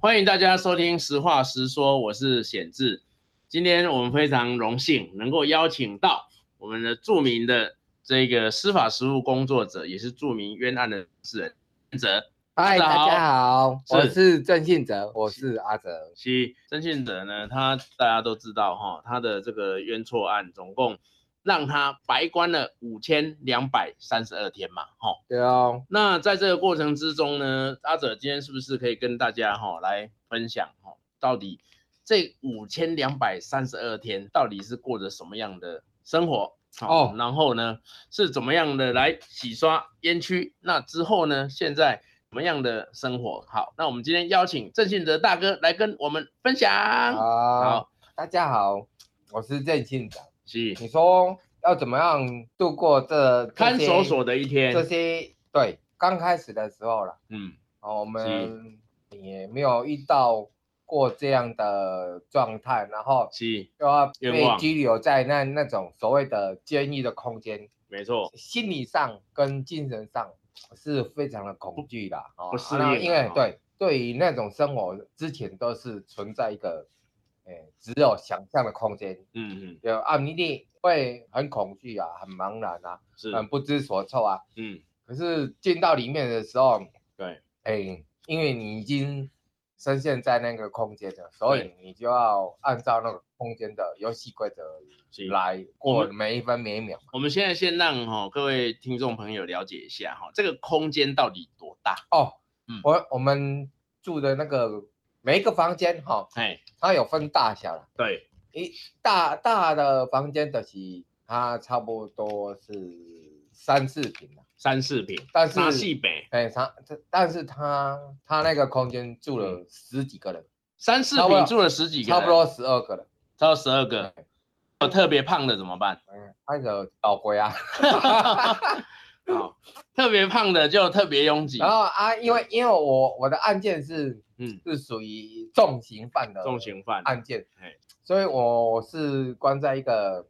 欢迎大家收听《实话实说》，我是显志。今天我们非常荣幸能够邀请到我们的著名的这个司法实务工作者，也是著名冤案的当事人郑哲。嗨，大大家家好，是我是郑信哲，我是阿哲。其实曾宪哲呢，他大家都知道哈、他的这个冤错案总共让他白关了五千两百三十二天嘛，哈、对哦，那在这个过程之中呢，阿哲今天是不是可以跟大家哈、来分享哈、到底这五千两百三十二天到底是过着什么样的生活？哦然后呢是怎么样的来洗刷冤屈？那之后呢，现在怎么样的生活？好，那我们今天邀请郑信哲大哥来跟我们分享。好，嗯好，啊大家好，我是郑信哲。是你说要怎么样度过这这看些守所的一天这，些？对，刚开始的时候啦，嗯，哦，我们也没有遇到过这样的状态，然后是又要愿被望拘留在那那种所谓的监狱的空间，没错，心理上跟精神上是非常的恐惧啦，哦，不适啊那应因啊为哦对对于那种生活之前都是存在一个，诶、只有想象的空间，嗯嗯有啊，你一定会很恐惧啊，很茫然啊，是，很不知所措啊。嗯可是进到里面的时候，对，哎、因为你已经深陷在那个空间了，所以对你就要按照那个空间的游戏规则是。来我过们每一分每一秒。我们现在先让哈、各位听众朋友了解一下哈、这个空间到底多大？哦，嗯我我们住的那个每一个房间哈、哎，它有分大小啦，对，一大大的房间的是它差不多是三四平啦，三四平，但是沙西北哎，它这但是它它那个空间住了十几个人，三四差不多平住了嗯十几个人，差不多十二个人。差不多十二个。有特别胖的怎么办？ 嗯，那个老鬼啊，好，特别胖的就特别拥挤然，后啊，因为因为我我的案件是嗯，是属于重刑犯的重刑犯， 案件嘿，所以我是关在一个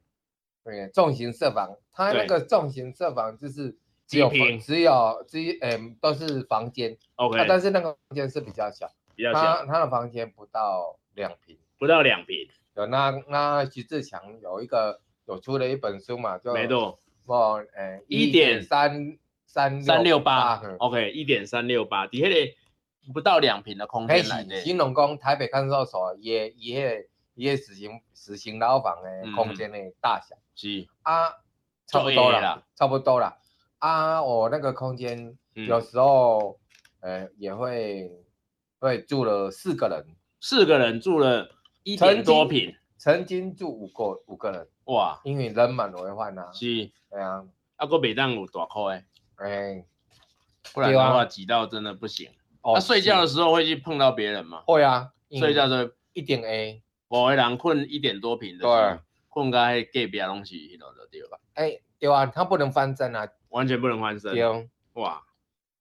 呃重型设防，它那对个重型设防就是极只有品房只有只嗯、都是房间，啊 OK，但是那啊个房间是比较小，比较小，它它的房间不到两平。不到两平，有那那徐志强有一个有出了一本书嘛，就没错，哦，呃1.3三三三六八哦嗯，OK，一点三六八，底下的不到两平的空嘿，间来是的，新农工台北看守所也也也死刑死刑牢房的嗯空间的大小。是，啊，就差不多 AA 啦了，差不多了。啊，我那个空间嗯有时候，呃，也会会住了四个人，四个人住了一曾点经多平，曾经住五个五个人，哇，因为人满为患啊。是。对啊，啊，个北当有大块诶，哎，不然对的啊话挤到真的不行。他、哦啊睡觉的是时候会去碰到别人吗？会啊，睡觉的时候，一点 A，某个人困一点多平的，对，啊困到迄隔壁拢是迄落就对了，哎，对啊，他不能翻身啊，完全不能翻身对，啊哦哇！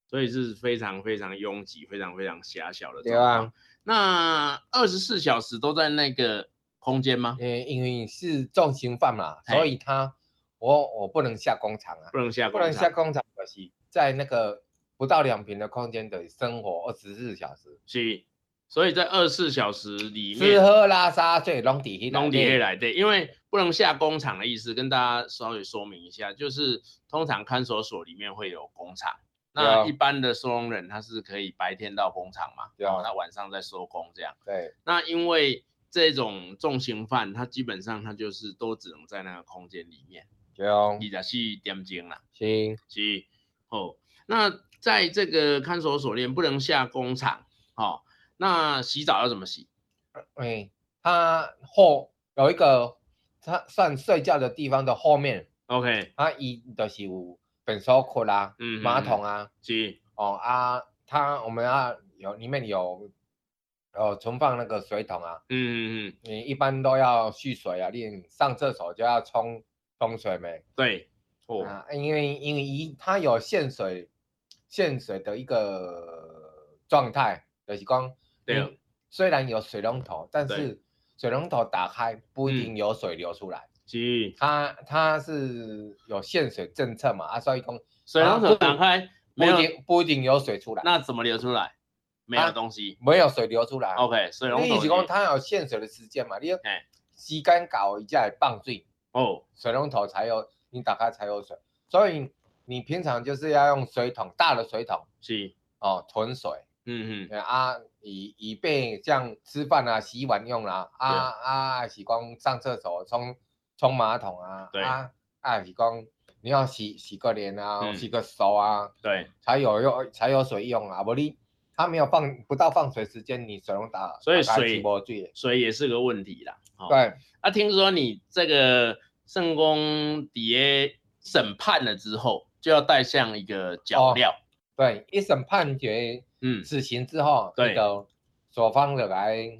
所以是非常非常拥挤、非常非常狭小的对状况。啊，那二十四小时都在那个空间吗？哎，因为是重刑犯嘛，嘿所以他我我不能下工厂啊。不能下不工能下厂，工厂可惜，在那个不到两平的空间里生活二十四小时，是，所以在二十四小时里吃面喝拉撒睡拢底下，农地来对，因为不能下工厂的意思，跟大家稍微说明一下，就是通常看守所里面会有工厂，那对啊一般的收容人他是可以白天到工厂嘛，对啊哦那晚上再收工这样。对那因为这种重刑犯，他基本上他就是都只能在那个空间里面，对哦二，十四点钟啦，行，是哦。那在这个看守所里面不能下工厂，哦，那洗澡要怎么洗？哎，他后有一个他算睡觉的地方的后面， ？OK，他一就是有本手裤啦、嗯马桶啊，是，哦啊，他我们要有里面有有存放那个水桶啊，嗯嗯嗯，你一般都要蓄水啊，你上厕所就要冲冲水没？对，哦。啊，因为因为一它有限水，限水的一个状态，就是讲，对啊嗯，虽然有水龙头，但对嗯是水龙头打开不一定有水流出来，是，它它是有限水政策嘛，啊，所以讲水龙头不打开不没有一，定不一定有水出来，那怎么流出来？没有东西。没有水流出来。 OK，水哦龙啊你头哎是意思讲它有限水的时间嘛？你要嘿时间搞一下放水，哦，水龙头才有，你打开才有水。所以你平常就是要用水桶，大的水桶是，哦，囤水。嗯嗯，呃啊，以以备像吃饭啊、洗碗用啦、啊，对啊啊，是讲上厕所、冲冲马桶啊，对啊啊，是讲你要洗洗个脸啊、嗯洗个手啊，对，才有用才有水用啊，不你它没有放不到放水时间，你水龙头打所以打开水是没水的，所以也是个问题啦。哦，对，啊，听说你这个圣公底下审判了之后，就要带向一个哦脚镣，对，一审判决嗯，死刑之后，对你的所方的来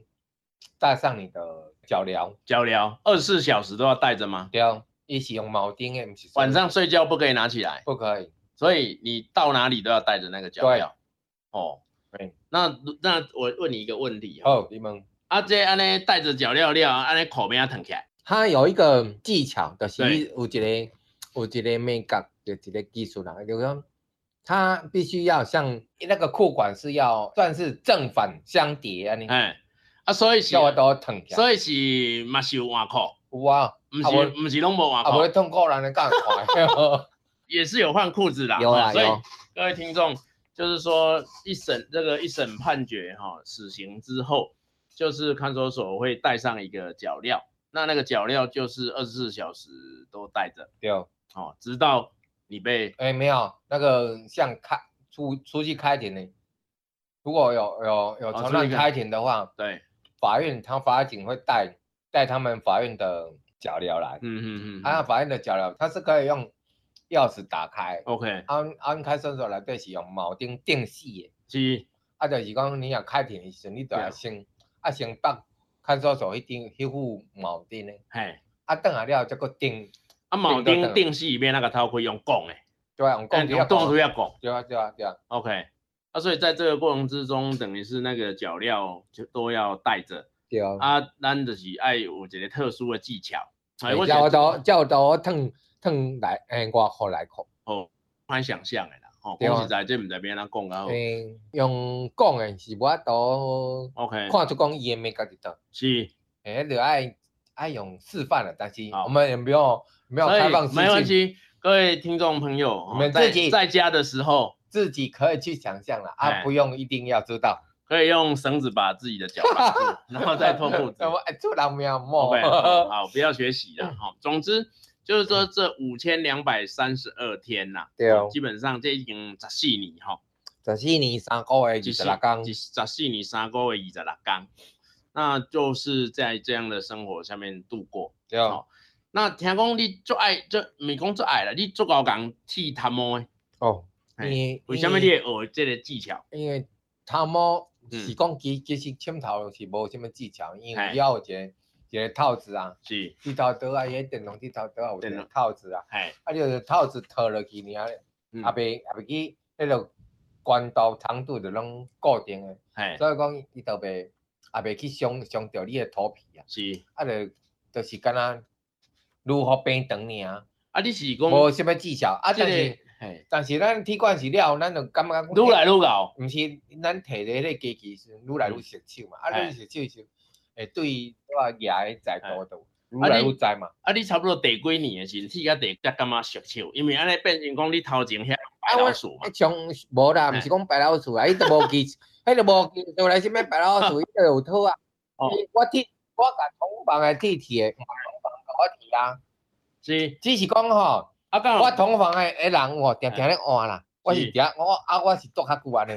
带上你的脚镣，脚镣二十四小时都要带着吗？对哦，一起用毛巾的，不是晚上睡觉不可以拿起来，不可以，所以你到哪里都要带着那个脚镣。哦，对，那那我问你一个问题哦，哦，你们。啊，这安尼带着脚镣了，安尼口边要疼起来，它有一个技巧，就是对你有一个有一个美感，有一个技术啦，就是讲它必须要像那个裤管是要算是正反相叠啊，你哎，啊，所以是叫，我都疼起来。所以是嘛是有换裤，有啊，唔啊是无唔是拢无换啊无裤，痛苦人的 干快，也是有换裤子啦，有哦啦所以有，各位听众，就是说一审这个一审判决哈、死刑之后，就是看守所会带上一个脚镣，那那个脚镣就是二十四小时都带着对，哦，直到你被哎没有那个像开出出去开庭的，如果有有有哦从出那去开开庭的话，对，法院他法警会带带他们法院的脚镣来。嗯嗯嗯，啊，法院的脚镣它是可以用钥匙打开， ，OK，按按开伸手来对是用铆钉钉死的，是，啊，就是讲你若开庭的时候，你就要对先啊先绑看守所迄顶迄副铆钉的，嘿，啊，等下了再搁钉，啊，铆定钉到定是里面那个头盔用拱诶，对啊，用但钢用动作要拱对啊对啊对啊， ，OK，啊，所以在这个过程之中，等于是那个脚镣就都要带着，对啊，啊，咱就是爱有一个特殊的技巧，哎，我觉叫得我都叫我都烫烫来诶外口内裤，哦，蛮想象的啦。哦，对啊讲实在，这毋知边咱讲哦啊。诶，用讲诶是我都 OK，看出讲伊诶美甲伫倒。是，哎，就爱爱用示范了，但是好我们也没有没有所以开放没关资讯，系。各位听众朋友，哦你们在自己在家的时候，自己可以去想象了哎啊，不用一定要知道。可以用绳子把自己的脚绑 住， 然后再脱裤子那。么哎，做人没有 OK，莫，哦好，不要学习了嗯哈。总之就是说，这五千两百三十二天呐，对哦基本上这已经十四年哈，十四年三个月二一十六天一十四年三个月二十六天，那就是在这样的生活下面度过。对哦，那听讲你做爱，做咪讲做爱啦，你做高讲剃头毛的，哦，嘿你哎为什么你？会学这个技巧？因为头毛嗯是讲其其实染头是无什么技巧，因哎为要有一个一个套子啊，是，剃头刀啊，迄电动剃头刀啊，有一电个动套子啊，哎，啊，你就是套子套落去，你啊。嗯也，袂也袂去迄落管道长度就拢固定诶，哎，所以讲伊就袂也袂去伤伤着你诶头皮啊，是，啊就就是敢若如何变长尔，啊，你是讲无啥物技巧啊，这但个是，嘿，但是咱剃冠是了，咱就感觉愈来愈，愈高，毋是咱摕着迄个机器是愈来愈熟手嘛，啊哎你熟手是会对我牙诶在度就愈啊来你愈在嘛，啊，你差不多第几年的时候，剃甲第才感觉熟手，因为安尼变成讲你头前遐白老鼠嘛啊，像无啦，哎毋是讲白老鼠啊，伊都无技，迄都无技，术来啥物白老鼠，伊都有套啊。哦我剃，我甲宠物房的剃剃的，同房甲我剃啊。是，只是讲吼，啊，刚我好，同房的诶人吼，定定咧换啦。我是是定我啊，我是做较久安尼。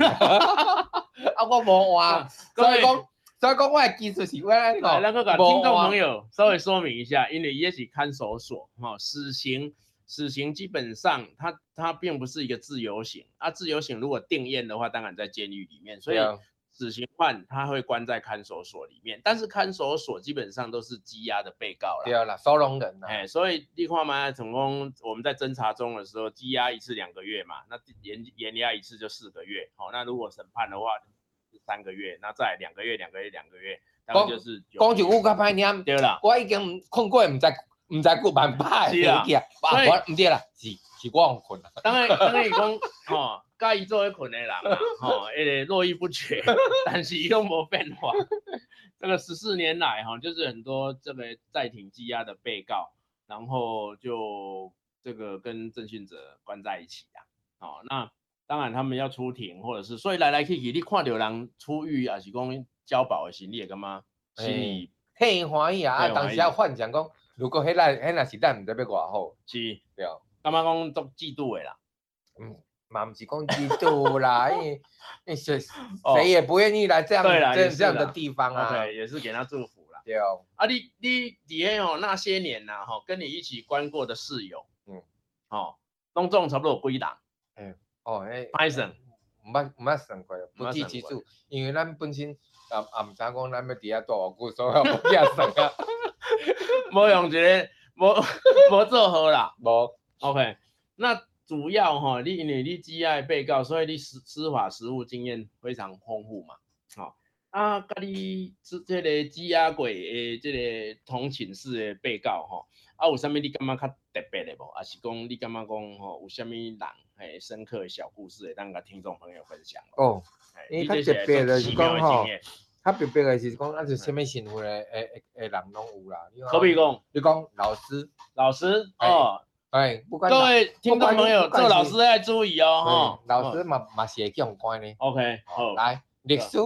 啊，我无换，各所位哎以，讲，所以讲我的技术是我安尼来，吼。那个没给啊听众 à? 朋友稍微说明一下，因为也许看守所哈、哦，死刑，死刑基本上它它并不是一个自由刑啊，自由刑如果定验的话，当然在监狱里面，所以对啊死刑犯他会关在看守所里面，但是看守所基本上都是羁押的被告对啦。啦，收容人啦。哎，所以立化嘛，成功我们在侦查中的时候，羁押一次两个月嘛，那延延押一次就四个月，好、哦，那如果审判的话是三个月，那再两个月、两个月、两个月，大概讲就是九讲一句个月较歹念，对啦，我已经困过，毋知毋知几万摆是啊的去啊。所以我毋对啦，是是我有困啦。当然当然讲哦，甲伊做伙困的人啊，吼、迄个络绎不绝，但是伊拢无变化。这个十四年来，哈、就是很多这个在庭羁押的被告，然后就这个跟郑训者关在一起啊。哦，那当然他们要出庭，或者是所以来来去去，你看到人出狱啊，还是讲交保的时候，你也干嘛？心里嘿欢喜啊！啊，嘿当欢喜时啊幻想讲，如果迄咱迄若是咱，毋知要偌好，是对哦。干嘛讲做嫉妒的啦？嘛不是讲嫉 妒啦，因为因为谁哦谁也不愿意来这样对啦这也是这样的啦地方啊， OK，也是给他祝福啦。对哦，啊，你你底下哦那些年呐、吼、跟你一起关过的室友，嗯嗯，哦，拢总差不多有几人，哦，迄拍算毋捌毋捌算过，毋不捌计算其过数，因为咱本身也也毋知讲咱要伫遐住偌久，所以也无计算 啊，无用一个无 无做好啦。无 OK，那主要哈、你因为你积爱被告，所以你司司法实务经验非常丰富嘛。哦，啊，甲你这这个积压过诶，这个同寝室的被告吼、啊，有啥物你感觉较特别的无？还是讲你感觉讲吼、有啥物人诶深刻的小故事会当甲听众朋友分享？哦，哎因为你较这是特别做的是奇妙讲吼经验，较特别诶是讲，咱是啥物身份诶诶诶人拢有啦，你看可比，讲你讲老师，老师哎哦，哎，不管各老位听众朋友，不管做是老师要注意哦，哈、嗯老师嘛嘛是会去互关咧， ，OK，好，来历史，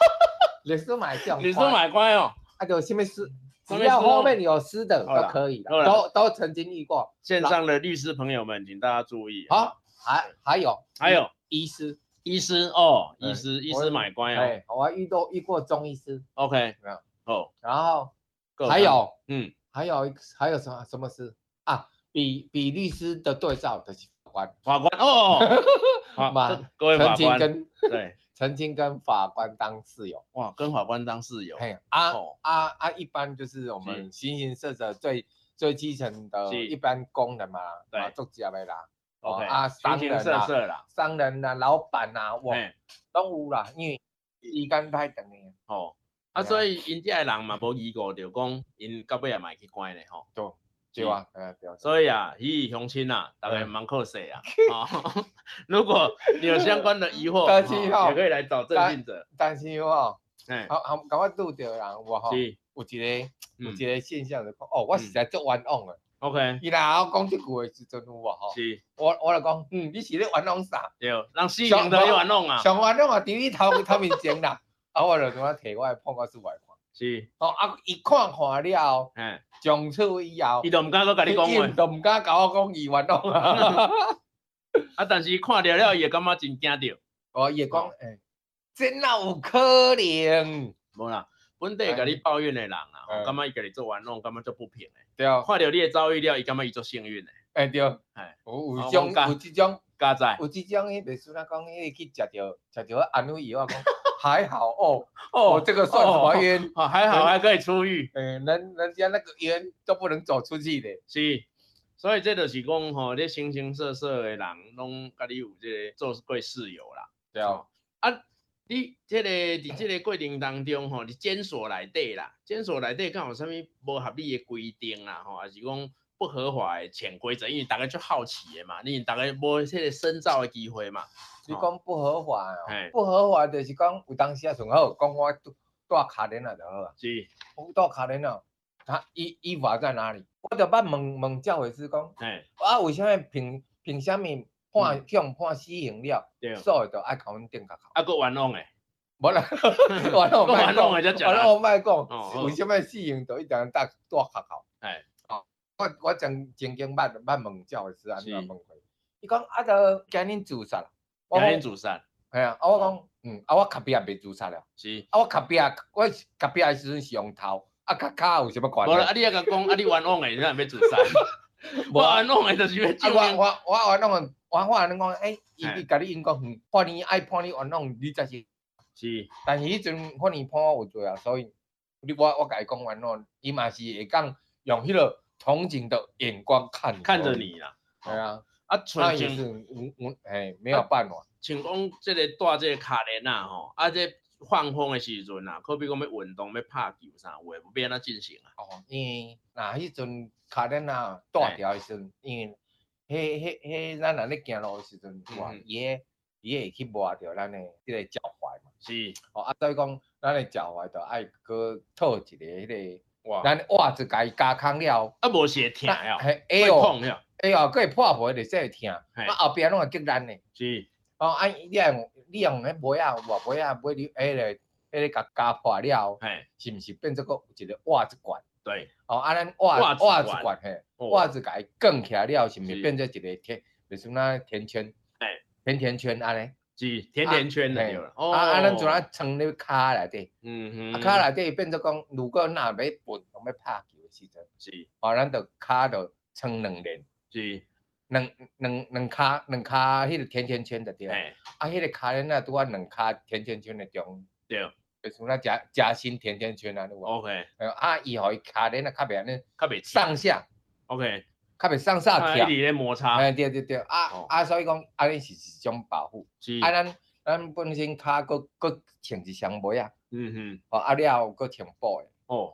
历史嘛会去互你是关买乖哦。啊，就什么诗，什只么要诗都哦后面有诗的好啦都可以好啦，啦都都曾经遇过。线上的律师朋友们，请大家注意。啊好，，还还有还有医师，医师哦，对医师，医我师买乖哦。哎，我还遇到遇过中医师， OK，没有哦，然后够还了，有嗯，还有一个还有什么什么师啊？比比律师的对照的法官，法官 哦，好嘛这各位法曾经官，跟对，曾经跟法官当室友，哇，跟法官当室友，嘿啊哦啊啊！一般就是我们形形色色最最基层的，是一般工人嘛，对嘛做家的啦，哦 OK，啊形形色商色啦，商人啦、老板啦，我哎，拢有啦，因为时间太长了。哦，啊，对啊所以因这的人嘛，无疑过，就讲因到尾也买去关咧吼。对啊，对啊，对啊。所以啊，以乡亲啊，大家嗯蛮靠谁 啊？哦， 如果你有相关的疑 惑，客气哦哦也可以来找郑信者。但是哦，哎，好好，甲我拄着的人，我吼有是，一个有嗯一个现象就讲，哦，我实在足冤枉的。 ，OK，伊若我讲即句话时阵有啊吼，是。我我就讲，嗯，你是咧冤枉啥？对，人死人都要弄啊，上冤枉啊，伫你头头面前 啦。啊，我就怎啊摕我的报告书来看。是，哦，啊，伊看看了，嘿，从此以后伊，都毋敢再甲你讲伊话，都毋敢甲我讲伊冤枉啊。 啊，但是伊看着了，伊会感觉真惊着，哦，伊会讲，诶，真哪有可能？无啦，本地甲你抱怨的人啊，哎吼感觉伊甲你做玩弄，感觉做不平的，对啊。看着你的遭遇了，伊感觉伊做幸运的，哎哎对，有啊有我种讲有即种加在，有即种，迄袂输咱讲，迄去食着食着安慰药啊，讲 还好哦，我哦，这个算什么冤？哦，还好还可以出狱，哎，人人家那个冤都不能走出去的，是，所以这就是讲吼，你形形色色的人，拢甲你有这个做过室友啦，对啊，啊，你这个伫这个过程当中吼，伫检索内底啦，检索内底敢有啥物无合理的规定啦，吼，还是讲不合法的潜规则？因为大家就好奇的嘛，你大家无迄个深造的机会嘛，你讲不合法哦嘿哦，不合法就是讲有当时啊，上好讲我住住卡莲啊就好啊，是，我住卡莲啊，他依依法在哪里？我就捌问问教委师讲，哎，啊，为什么凭凭什么判向判死刑了，嗯对，所以就爱甲阮定较啊，搁玩弄诶，无 啦，我拢搁莫玩讲，弄我诶，才讲，拢莫哦讲，为什么死刑就一定要搭大壳头？哎，哦，我我曾曾经捌捌问教的是安怎是问过，伊讲啊，都今年自杀啦，我表讲演自杀，系啊，啊我讲嗯，啊我隔壁也袂自杀了，是，啊我隔壁我是隔壁的时阵是用头，啊甲骹有啥物关无啦，系？啊，你也甲讲，啊，你玩弄诶，你若要自 杀， 无我啊，玩弄诶，就是要啊救我命，我我我弄我我安尼讲，诶，伊嘿伊甲你因讲，嗯判你爱判你冤枉，你才是。是，但是迄阵法院判我有罪啊，所以你我我甲伊讲完咯，伊嘛是会讲用迄落同情的眼光看我看着，你啦，对啊，啊，那纯也情是嗯嗯，哎，没有办法，像讲即个带即个卡链啊吼，啊这放风的时阵啊，可比讲要运动要拍球啥，有诶要变哪进行啊？哦，因为那迄阵卡恁啊大条的时阵，因为迄迄迄咱若咧行路的时阵，哇嗯，伊迄伊会去磨着咱的即个脚踝嘛。是哦，啊，所以讲咱的脚踝就爱搁套一个迄、个，哇，咱袜子家加空了，啊无是会疼呀，嘿，会哎哦，痛呀，哎哦，佫会破皮就说会疼，嘿啊后壁拢会激咱的。是哦，啊，你若用你用迄袜仔、袜袜仔买你迄个迄个甲加破了，嘿是毋是变做个一个袜子管？对，哦，啊，咱袜袜子袜管子管嘿，哦袜子甲伊卷起来了，是毋是是变做一个甜，就是那甜圈？嘿，甜甜圈安尼。是甜甜圈的对了，哦啊啊，咱就咱撑咧骹内底，嗯啊哼，骹内底变做讲，如果若要分，讲要拍球的时阵，是哦，咱就骹就撑两连，是，两两两骹两骹迄个甜甜圈就对了。哎啊，迄、个骹链啊，拄啊两骹甜甜圈的中，对就是咱夹夹心甜甜圈啊，你有无？ ，OK，呃啊，伊互伊骹链啊，较袂安尼较袂刺上下， ，OK，较袂上啊下一跳直。咧摩擦，哎，对对对，啊、哦啊，所以讲，安尼是一种保护。是，啊，咱咱本身骹佫佫穿一双袜仔，嗯哼，哦，啊了后佫穿布的。哦，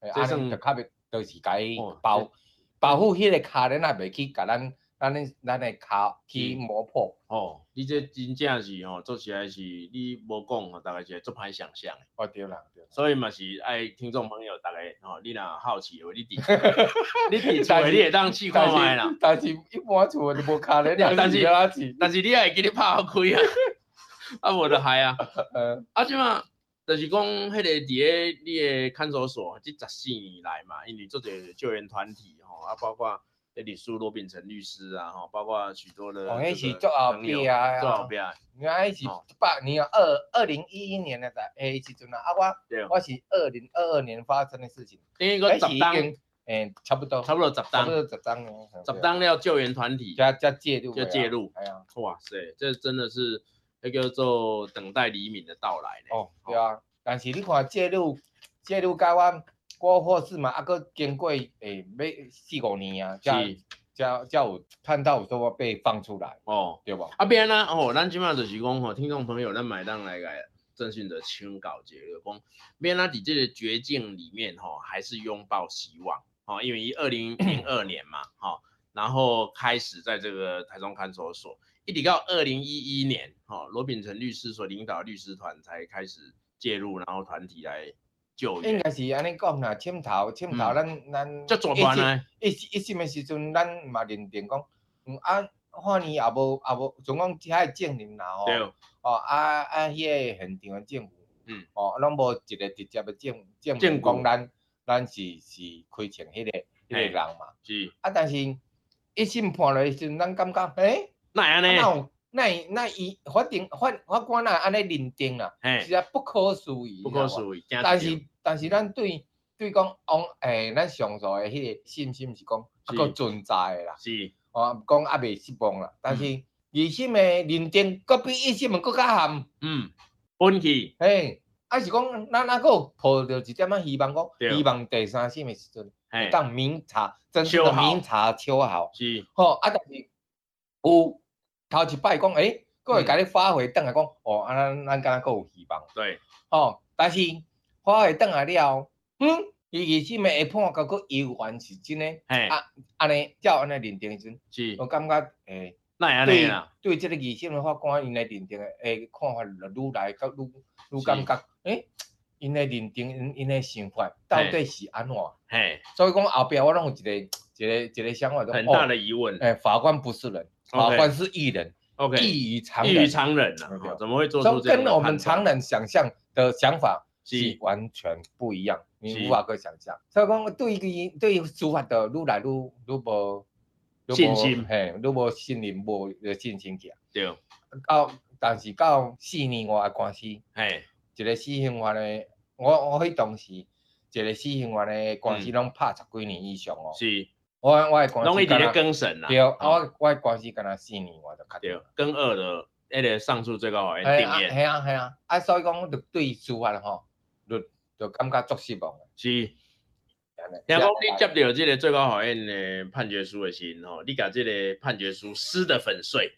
诶，这啊，算咱就较袂，就是甲伊哦保保护迄个骹链啊，袂去甲咱咱的咱的骹去嗯磨破，哦，你这真正是吼，做起来是你无讲吼，大概是做歹想象的，哦对啦，对啦。所以嘛是爱听众朋友大概吼，你若好奇的话，你 底你底出来你会当试看卖啦，但是但是一般厝就 无骹链，但是啊是，但是你也会给你拍好开 啊，啊无就害啊，呃，啊即嘛。就是讲，迄个伫诶你诶看守所，即十四年来嘛，因为做者救援团体吼，啊，包括诶李树罗秉成律师啊，吼，包括许多的哦，迄这是个做后朋友壁啊，做后壁的，你看迄是哦八年啊二二零一一年的在诶时阵啊，啊我对，我是二零二二年发生的事情，等于迄个是十已档，经诶差不多差不多十差不档，多十档了，啊十档了救援团体，加加介入就介入哎呀，哇塞，这真的是那个做等待黎明的到来呢。哦对啊，但是你看介入介入甲我我或是嘛，啊搁经过诶要四五年啊，才是才才有看到有说被放出来，哦，对吧？啊边呢，哦，咱即满就是讲吼，听众朋友，咱买当来个郑信哲请教一下，就是讲边啊，伫这个绝境里面吼、还是拥抱希望哦，因为一二零零二年嘛，哦，然后开始在这个台中看守所，一直到二零一一年，哦，罗秉成律师所领导的律师团才开始介入，然后团体来救应援，该是安尼讲啦，签头签头，嗯咱咱这怎办呢？一时一时的时阵，咱嘛认定讲，嗯啊，法院也无也无，总讲只个证人啦吼，对，哦啊啊，迄、个现场的证据，嗯，哦，拢无一个直接的证证证明据讲咱咱是是开枪迄、个迄、个嘿人嘛，是啊，但是一审判落的时阵，咱感觉，诶、那样欸，那呢？有那有那伊法庭法法官若安尼认定啦，嘿实，在不可思议，不你知道可吗思议，啊啊哦但是但是咱对对讲往诶，咱上诉诶迄个信心是讲啊，是佫存在诶啦，是哦，讲啊未失望啦。嗯但是二审诶认定佫比一审诶佫较含，嗯，本气嘿，啊是讲咱啊佫抱着一点仔希望，对讲希望第三审诶时阵，嘿当明察，真正秋的毫明察秋毫，是吼啊，但是有头一摆讲诶，佫会嗯甲你发回转来讲，哦，啊咱咱敢若佫有希望。对哦，但是花会等来了，嗯，伊其实咪下判到个游玩是真诶，嘿啊安尼照安尼认定的时阵，是我感觉诶、那样呢对啦，对即个二审的法官因来认定诶、诶看法就愈来较愈愈感觉诶，因诶认定因因诶想法到底是安怎？嘿，所以讲后壁我拢有一个一个一个想法，就很大哦的疑问。诶、法官不是人，法 OK 官是艺人， OK，异于常异于人，常人呐，对哦怎么会做所出以这样跟的我们判常断？人想象的想法是是完全不一样，你是无法去想象。所以讲，对于对于司法的愈来愈愈无愈无信心嘿，愈无信任，无呃信心起来。对，到但是到四年外的官司，一嘿，个死刑犯的，我我迄当时一个死刑犯的官司嗯拢拍十几年以上哦。是，我我的官拢司一直敢咧若更审啦，对，啊哦我我的官司敢若四年我就确定对了。，更二的那个上诉最高法院哎定啊，谳系啊系啊，啊所以讲就对司法吼，就就感觉足失望的。是。安尼听讲你接到这个最高法院的判决书的时候，你把这个判决书撕得粉碎，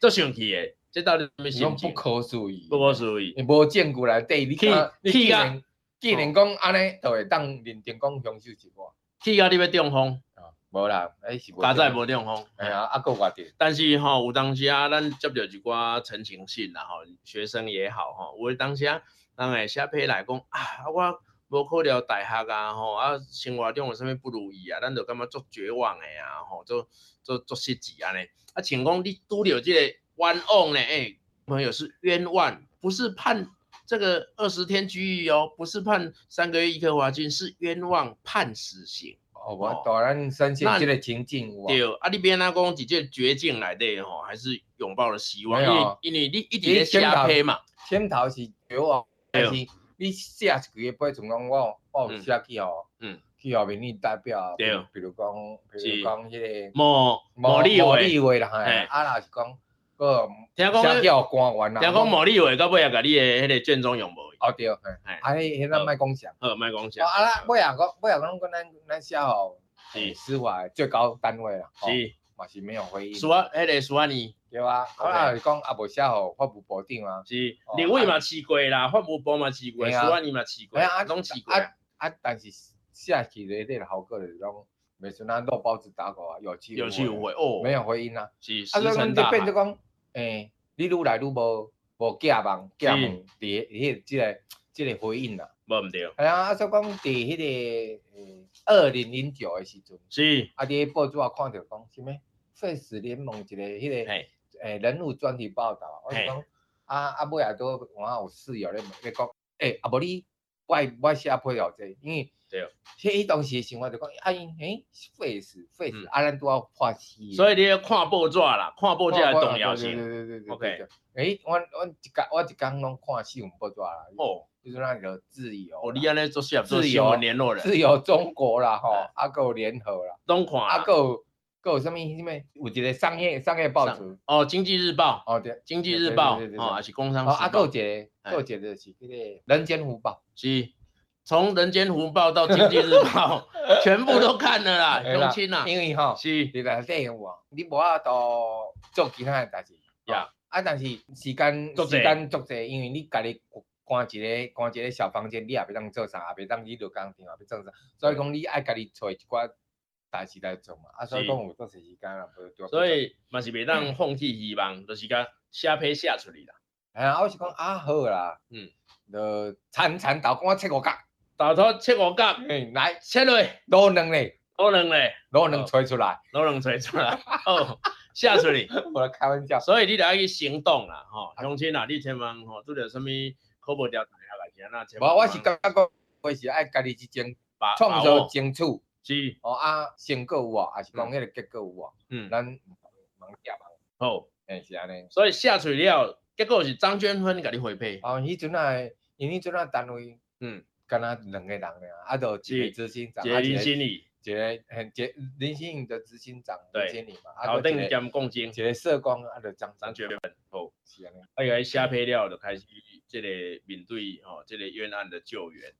做生气的，这到底什么你心讲不情？可思议，不可思议。你无见过来对，你去看你去既啊然既然讲安尼，就会当认定讲凶手是我，气到你要中风，啊，无啦，哎是无。加载无中风。哎呀，啊，搁外地，但是吼、有当时啊，咱接到一寡陈情信啦吼，学生也好吼，有的当时啊，人会写批来讲啊，我无考了大学啊吼，啊生活中有啥物不如意啊，咱就感觉足绝望的啊吼，足足足失志安尼。啊，请讲你拄着即个冤枉呢，诶、朋友是冤枉，不是判这个二十天拘役哦，不是判三个月一颗罚金，是冤枉判死刑。哦，我当然深陷这个情境有啊。对，啊，你边啊讲一个绝境来的吼，还是拥抱了希望，没因有为因为你一直在下批嘛，签头是绝望，但是你写一句的背诵讲我我有写去哦，嗯嗯，去后面你代表，对哦比如讲，比如讲迄个某某立某委，立委啦，嘿嘿，啊若是讲个听讲写去互官员啦，听讲某立委到尾也啊甲你的迄个卷宗用无去，哦对，嘿嘿啊迄迄咱莫讲啥，好，莫讲哦啥，啊啦，尾啊讲尾啊讲讲咱咱写吼，是司法的最高单位啦，哦是，嘛是没有回应，苏啊，迄个苏啊尼对啊， OK 啊若是讲啊无写吼法务部长啊，是哦，立委嘛试过啦，法务部嘛试过，对苏啊啊尼嘛试过哎呀啊，拢试过，啊啊，但是下期的那个好个就是讲，每次那肉包子打狗啊，有去有去无回回，哦，没有回音啊。是啊，石所以沉讲就大变做海，讲，诶，你愈来愈无无寄望寄望伫迄即个即个回应啦。无毋对，系啊，啊，所以讲伫迄个二零零九的时阵，是，啊，伫报纸啊看到讲什么 Face 联盟一个迄个嘿，诶人物专题报道，我就讲啊啊，尾啊都我有室友咧问咧讲，诶，啊无你我我写配合者，因为。对，迄迄当时的生活就讲，啊因诶，face face，嗯啊咱拄要看死。所以以你要看报纸啦，看报纸的重要对性，对对对对 OK 对。诶，我我一工我一工拢看新闻报纸啦，哦，就是那个自由啦，哦，你安尼做事业做自新由闻联络人，自由中国啦吼嗯，啊还有联合啦，拢看啊啦还，有还有什么什么，有一个商业商业报纸，哦，《经济日报》哦对，经济日报对对对》对对哦，还是《工商哦啊时还有报一》个还有一个就是迄个人间福报，是从《人间福报》到《经济日 报》，全部都看了啦，对啦用心啦，哎因为吼。啊是你内底有啊，你无法度做其他诶代志。呀啊，但是时间足时侪间足侪，因为你家己关一个关一个小房间，你也袂当做啥，也袂当你落工场，也袂当啥，所以讲你爱家己找一寡代志来做嘛。啊，所以讲有足侪时间啦，无对。所，以嘛是袂嗯当放弃希望，就是讲写批写出去啦。哎呀，我是讲啊好啦，嗯嗯，就铲铲豆干切五角，豆头切五角，嘿来切落卤卵咧，老两嘞，卤卵吹出来，老两找出 来，哦，写出去。我来开玩笑。所以你得要去行动啦，吼，乡亲啊，你千万吼，拄着什么考无调查啊，来钱啊，千万无，我是感觉讲，我是爱家己去争，把创把造握争取。是哦啊，成果有啊，还是讲迄个结果有啊，嗯咱茫夹啊，好，嘿是安尼。所以写出去了，结果是张娟芬甲你回批，哦，迄阵啊，因迄阵啊单位，嗯，敢若两个人尔，啊，就一是个执行长，一啊个林心理，一个很一个林心颖的执行长对林经理嘛，啊，头就顶一个兼共精一。个社工，啊，就张张娟芬，好，是安尼。啊，伊写批了就开始即个面对吼，即、个冤案的救援。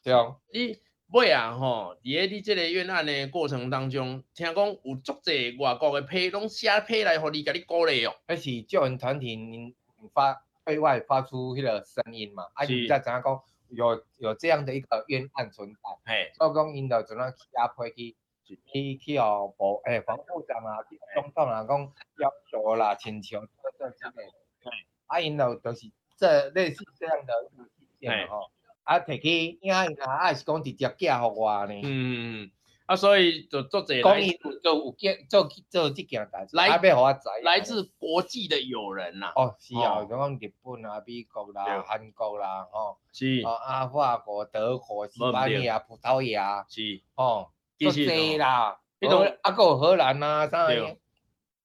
对哦，你尾啊吼，伫咧你即个冤案的过程当中，听讲有足侪外国的批拢写批来，互你甲你鼓励哦。迄是救援团体因因发对外发出迄个声音嘛，啊，是你才知影讲有有这样的一个冤案存在。嘿，所以讲，因就怎啊去压批去是去去互部诶防部长啊，去互总统啊，讲要求啦、请求这这之类的。啊，因就就是这类似这样的一个事件嘿啊吼，啊，摕去影因啊，啊是讲直接寄互我呢。嗯，啊，所以就足侪讲伊来有做有件做做即件代志，来啊，要互我知。来自国际的友人呐、哦，是啊，哦就讲日本啊、美国对啦、韩国啦，吼，是啊，啊法国、德国、西班牙、葡萄牙，是，吼，其足实济哦啦。迄迄种种啊，还有荷兰啊，啥的对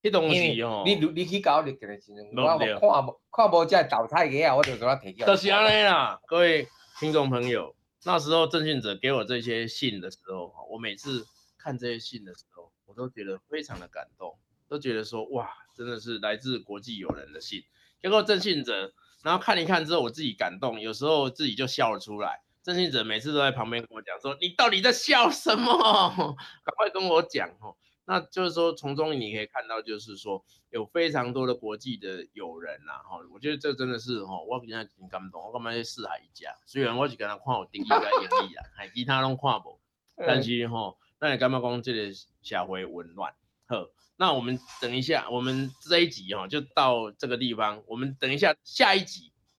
迄当因时吼为，你如你去搞日本的时阵，对我看无看无这倒菜个啊，我就怎啊提起来。就是安尼啦，各位听众朋友，那时候郑信哲给我这些信的时候，我每次看这些信的时候，我都觉得非常的感动，都觉得说哇，真的是来自国际友人的信。结果郑信哲，然后看一看之后，我自己感动，有时候自己就笑了出来。郑信哲每次都在旁边跟我讲说：“你到底在笑什么？ 赶快跟我讲哦。”那就是说，从中你可以看到，就是说，有非常多的国际的友人呐、吼，我觉得这真的是吼，我现在挺感动，我感觉四海一家。虽然我是跟他看有定义甲英语啦，还其他拢看无，但嗯是吼，那你感觉讲这个社会温暖？呵，那我们等一下，我们这一集哈、哦、就到这个地方，我们等一下下一集